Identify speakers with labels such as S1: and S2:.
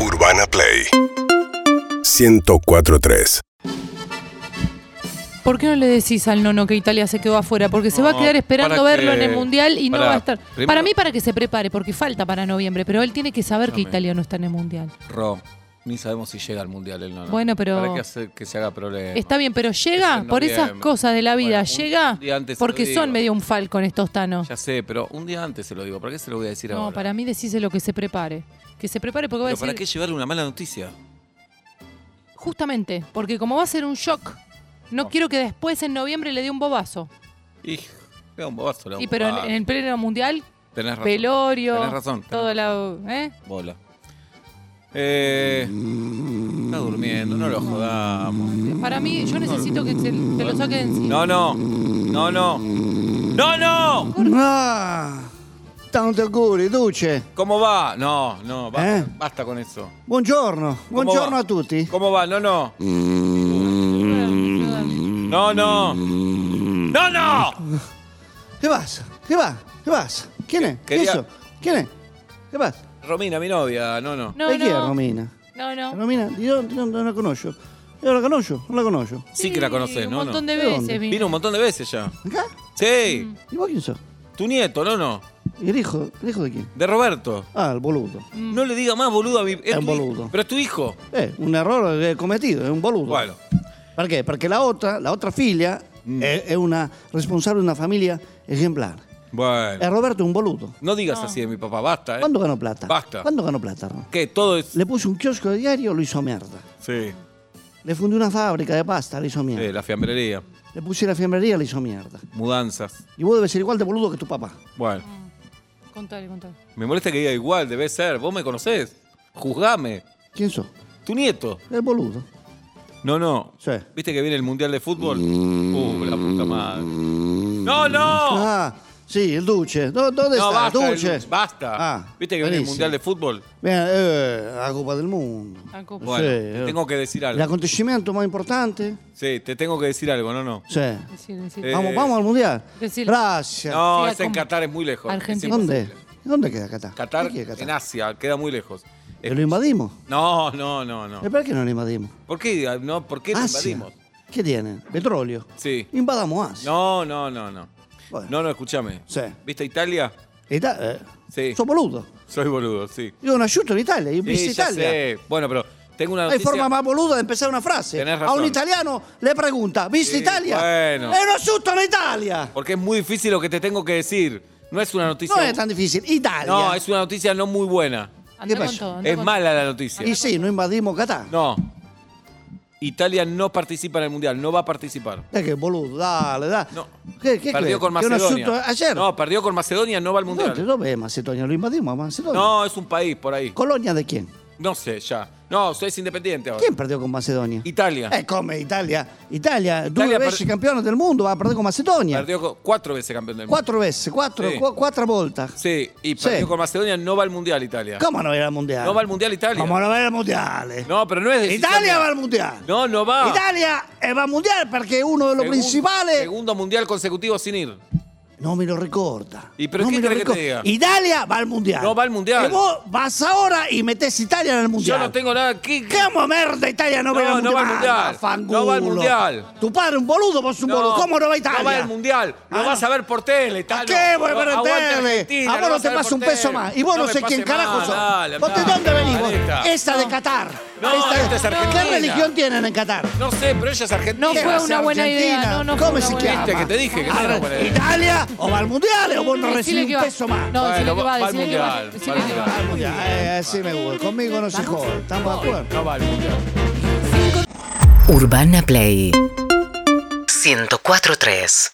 S1: Urbana Play 1043.
S2: ¿Por qué no le decís al nono que Italia se quedó afuera? Porque se va a
S3: No,
S2: quedar esperando
S3: para
S2: verlo en el
S3: que-
S2: Mundial y no
S3: para-
S2: va a estar.
S3: primero-
S2: Para mí, para que se prepare, porque falta para noviembre, pero él tiene que saber que
S3: Escúchame.
S2: Italia no está en el Mundial.
S3: Ro, ni sabemos si llega al mundial el nono.
S2: Bueno, pero-
S3: Para que, hace- que se haga problema.
S2: Está bien, pero
S3: Es
S2: llega
S3: en
S2: por esas
S3: noviembre.
S2: cosas de la vida.
S3: Bueno, un
S2: llega
S3: día antes se lo
S2: porque
S3: digo.
S2: son medio un falcon estos tanos.
S3: Ya sé, pero un día antes se lo digo. ¿Para qué se lo voy a decir
S2: No,
S3: ahora?
S2: para mí decíselo que se prepare. Que se prepare porque va a
S3: ¿Pero
S2: decir.
S3: ¿Para qué llevarle una mala noticia?
S2: Justamente, porque como va a ser un shock, no, quiero que después en noviembre le dé un bobazo.
S3: Y era un bobazo. le da
S2: Y
S3: un
S2: pero en,
S3: bobazo.
S2: en el pleno mundial,
S3: Tenés razón.
S2: velorio,
S3: Tenés razón. tenés
S2: todo la. ¿eh?
S3: Bola. Eh, está durmiendo, no lo jodamos.
S2: Para mí, yo necesito que se- te lo saquen encima.
S3: No, no. No, no. ¡No, no!
S4: Ah, tanto auguri, Duce.
S3: ¿Cómo va? No, no, basta,
S4: ¿Eh?
S3: basta con eso.
S4: Buongiorno,
S3: ¿Cómo
S4: buongiorno
S3: va?
S4: a tutti.
S3: ¿Cómo va? No, no. No, no. No, no.
S4: ¿Qué pasa? ¿Qué va? ¿Qué pasa? ¿Quién es? ¿Qué
S3: Quería-
S4: eso? ¿Quién es? ¿Qué pasa?
S3: Romina, mi novia, no, no.
S2: No,
S4: ¿E chi è
S2: no,
S4: Romina?
S2: no, no.
S4: Romina, io, io non la conosco. Io la conosco, non la conosco.
S3: Sí que la conocés,
S2: un
S3: ¿no? no.
S2: montón de Mm.
S4: ¿De dónde?
S2: veces. vi.
S3: Vino un montón de veces ya.
S4: Acá?
S3: Sí.
S4: ¿Y vos quién sos?
S3: Tu nieto, no, no.
S4: ¿El hijo, el hijo de quién?
S3: De Roberto.
S4: Ah, el boludo.
S2: Mm.
S3: No le diga más boludo a mi.
S4: Es
S3: tu hijo.
S4: boludo.
S3: Pero es tu hijo.
S4: Eh, un errore che è cometido, è un boludo.
S3: Bueno. Mm.
S4: Perché? Perché la otra, la otra figlia è, è una responsabile di una famiglia esemplare. E
S3: Bueno.
S4: Roberto è un boludo.
S3: No digas así de mi papá, basta, ¿eh?
S4: ¿Cuándo ganó plata?
S3: Basta.
S4: ¿Cuándo ganó plata? Ro?
S3: ¿Qué? Todo es.
S4: Le puso un kiosco de diario, lo hizo mierda.
S3: Sí.
S4: Le fundé una fábrica de pasta, lo hizo mierda.
S3: Sí, la fiambrería.
S4: Le puse la fiambrería, lo hizo mierda.
S3: Mudanzas.
S4: Y vos debes ser igual de boludo que tu papá.
S3: Bueno.
S2: Mm. Contale, contale.
S3: Me molesta que diga igual, debe ser. Vos me conocés. Juzgame.
S4: ¿Quién sos?
S3: Tu nieto.
S4: El boludo.
S3: No, no.
S4: Sí.
S3: ¿Viste que viene el Mundial de Fútbol? Uh, la puta madre. ¡No, no!
S4: Ah, sí, el Duche. ¿Dó- ¿Dónde
S3: No,
S4: está?
S3: basta.
S4: Duche.
S3: el- basta.
S4: Ah,
S3: ¿Viste que viene el
S4: buenísimo.
S3: Mundial de Ah, Fútbol?
S4: Bien, eh, la Copa del Mundo.
S2: La copa.
S3: Bueno,
S4: Sí,
S3: te
S4: eh.
S3: tengo que decir
S4: El
S3: algo.
S4: acontecimiento más importante.
S3: Sí, te tengo que decir algo, no, no.
S4: Sí.
S2: Decí, decí.
S3: Eh,
S4: Vamos, vamos al mundial.
S2: decile.
S4: Gracias.
S3: No,
S2: Sí,
S3: ese en
S2: acom-
S3: Qatar es muy lejos.
S2: Argentina.
S3: Es imposible.
S4: ¿Dónde? ¿Dónde queda Qatar?
S3: Qatar,
S4: ¿Qué queda
S3: en Asia, queda muy lejos.
S4: ¿Que lo invadimos?
S3: No, no, no, no.
S4: ¿Pero ¿Por qué no lo invadimos?
S3: ¿Por qué? No, ¿por qué lo
S4: Asia.
S3: invadimos?
S4: Ah, ¿Qué tienen? Petróleo.
S3: Sí.
S4: Invadamos Asia.
S3: No, no, no, no.
S4: Bueno.
S3: No, no, escúchame.
S4: Sí.
S3: ¿Viste Italia?
S4: Ita- eh,
S3: Sí.
S4: Sos boludo.
S3: Soy boludo, sí.
S4: Yo no ayudo en Italia, yo
S3: Sí,
S4: visito
S3: ya
S4: Italia.
S3: sé. Bueno, pero tengo una
S4: Hay
S3: noticia.
S4: forma más boluda de empezar una frase.
S3: Tenés
S4: A
S3: razón.
S4: un italiano le pregunta, ¿viste
S3: Sí,
S4: Italia?
S3: bueno.
S4: Eh, no ayudo en Italia.
S3: Porque es muy difícil lo que te tengo que decir. No es una noticia.
S4: No es tan difícil. Italia.
S3: No, es una noticia no muy buena.
S2: Andá con
S4: pasó?
S2: todo, andá
S3: Es
S2: con
S3: mala la noticia.
S4: Y sí, no invadimos Qatar.
S3: No. Italia no participa en el Mundial, no va a participar.
S4: Es que boludo, dale, dale.
S3: No.
S4: ¿Qué, qué
S3: perdió
S4: crees?
S3: con
S4: ¿Que no
S3: Macedonia.
S4: ayudo ayer?
S3: No, perdió con Macedonia, no va al
S4: no, te
S3: Mundial.
S4: lo ves, Macedonia, lo invadimos a Macedonia.
S3: No, es un país por ahí.
S4: ¿Colonia de quién?
S3: No sé, ya. No, soy independiente ahora.
S4: ¿Quién perdió con Macedonia?
S3: Italia.
S4: Eh, come Italia. Italia,
S3: Italia
S4: due
S3: per-
S4: veces campeones del mundo, va a perder con Macedonia.
S3: Perdió co- cuatro veces campeón del mundo.
S4: Cuatro veces, cuatro,
S3: Sí.
S4: cu- cuatro vueltas.
S3: Sí, y
S4: Sí.
S3: perdió con Macedonia, no va al Mundial Italia.
S4: ¿Cómo no va a ir al mundial?
S3: No va al Mundial Italia.
S4: ¿Cómo no va a ir al mundial? eh?
S3: No, pero no es decisión
S4: Italia
S3: mía.
S4: va al mundial.
S3: No, no va.
S4: Italia eh, va al mundial porque es uno de los
S3: Segun-
S4: principales.
S3: Segundo mundial consecutivo sin ir.
S4: No me lo recorta.
S3: ¿Y pero
S4: no
S3: qué
S4: me lo
S3: querés que E te
S4: recorta.
S3: diga?
S4: Italia va al mundial.
S3: No va al mundial.
S4: Y vos vas ahora y metés Italia en el mundial.
S3: Yo no tengo nada. ¿Qué,
S4: ¿Cómo merda Italia no, va
S3: No, no
S4: al mundial?
S3: va al mundial.
S4: Ah, fangulo.
S3: No va al mundial.
S4: Tu padre un boludo, vos un boludo. ¿Cómo no va a Italia?
S3: No va al mundial. Lo
S4: Ah,
S3: vas a ver por tele,
S4: ¿A
S3: tal.
S4: qué, güey, pero tele? A vos no te pasa un peso más. Y vos no, sé quién carajo sos. ¿Vos ¿De dónde venís vos? Esa de Qatar.
S3: No,
S4: Esta-
S3: esta es Argentina.
S4: ¿Qué religión tienen en Qatar?
S3: No sé, pero ella es argentina.
S2: No fue una buena idea.
S4: Argentina.
S2: No, no
S4: ¿Cómo
S2: fue
S4: se
S2: una
S4: llama?
S2: buena
S3: Viste que te dije que no
S4: A
S3: era
S4: ver,
S3: buena idea.
S4: Italia o va al mundial o vos no
S2: Decile
S4: recibís
S2: que
S4: un
S2: va.
S4: peso más.
S2: No, decile
S3: Bueno,
S2: que va,
S3: va al
S2: decile que va.
S3: mundial,
S2: decile
S3: va al
S2: que va.
S3: mundial.
S4: Eh, así me gusta. Conmigo no se jode. Estamos de acuerdo.
S3: No va al mundial.
S5: Urbana Play 104.3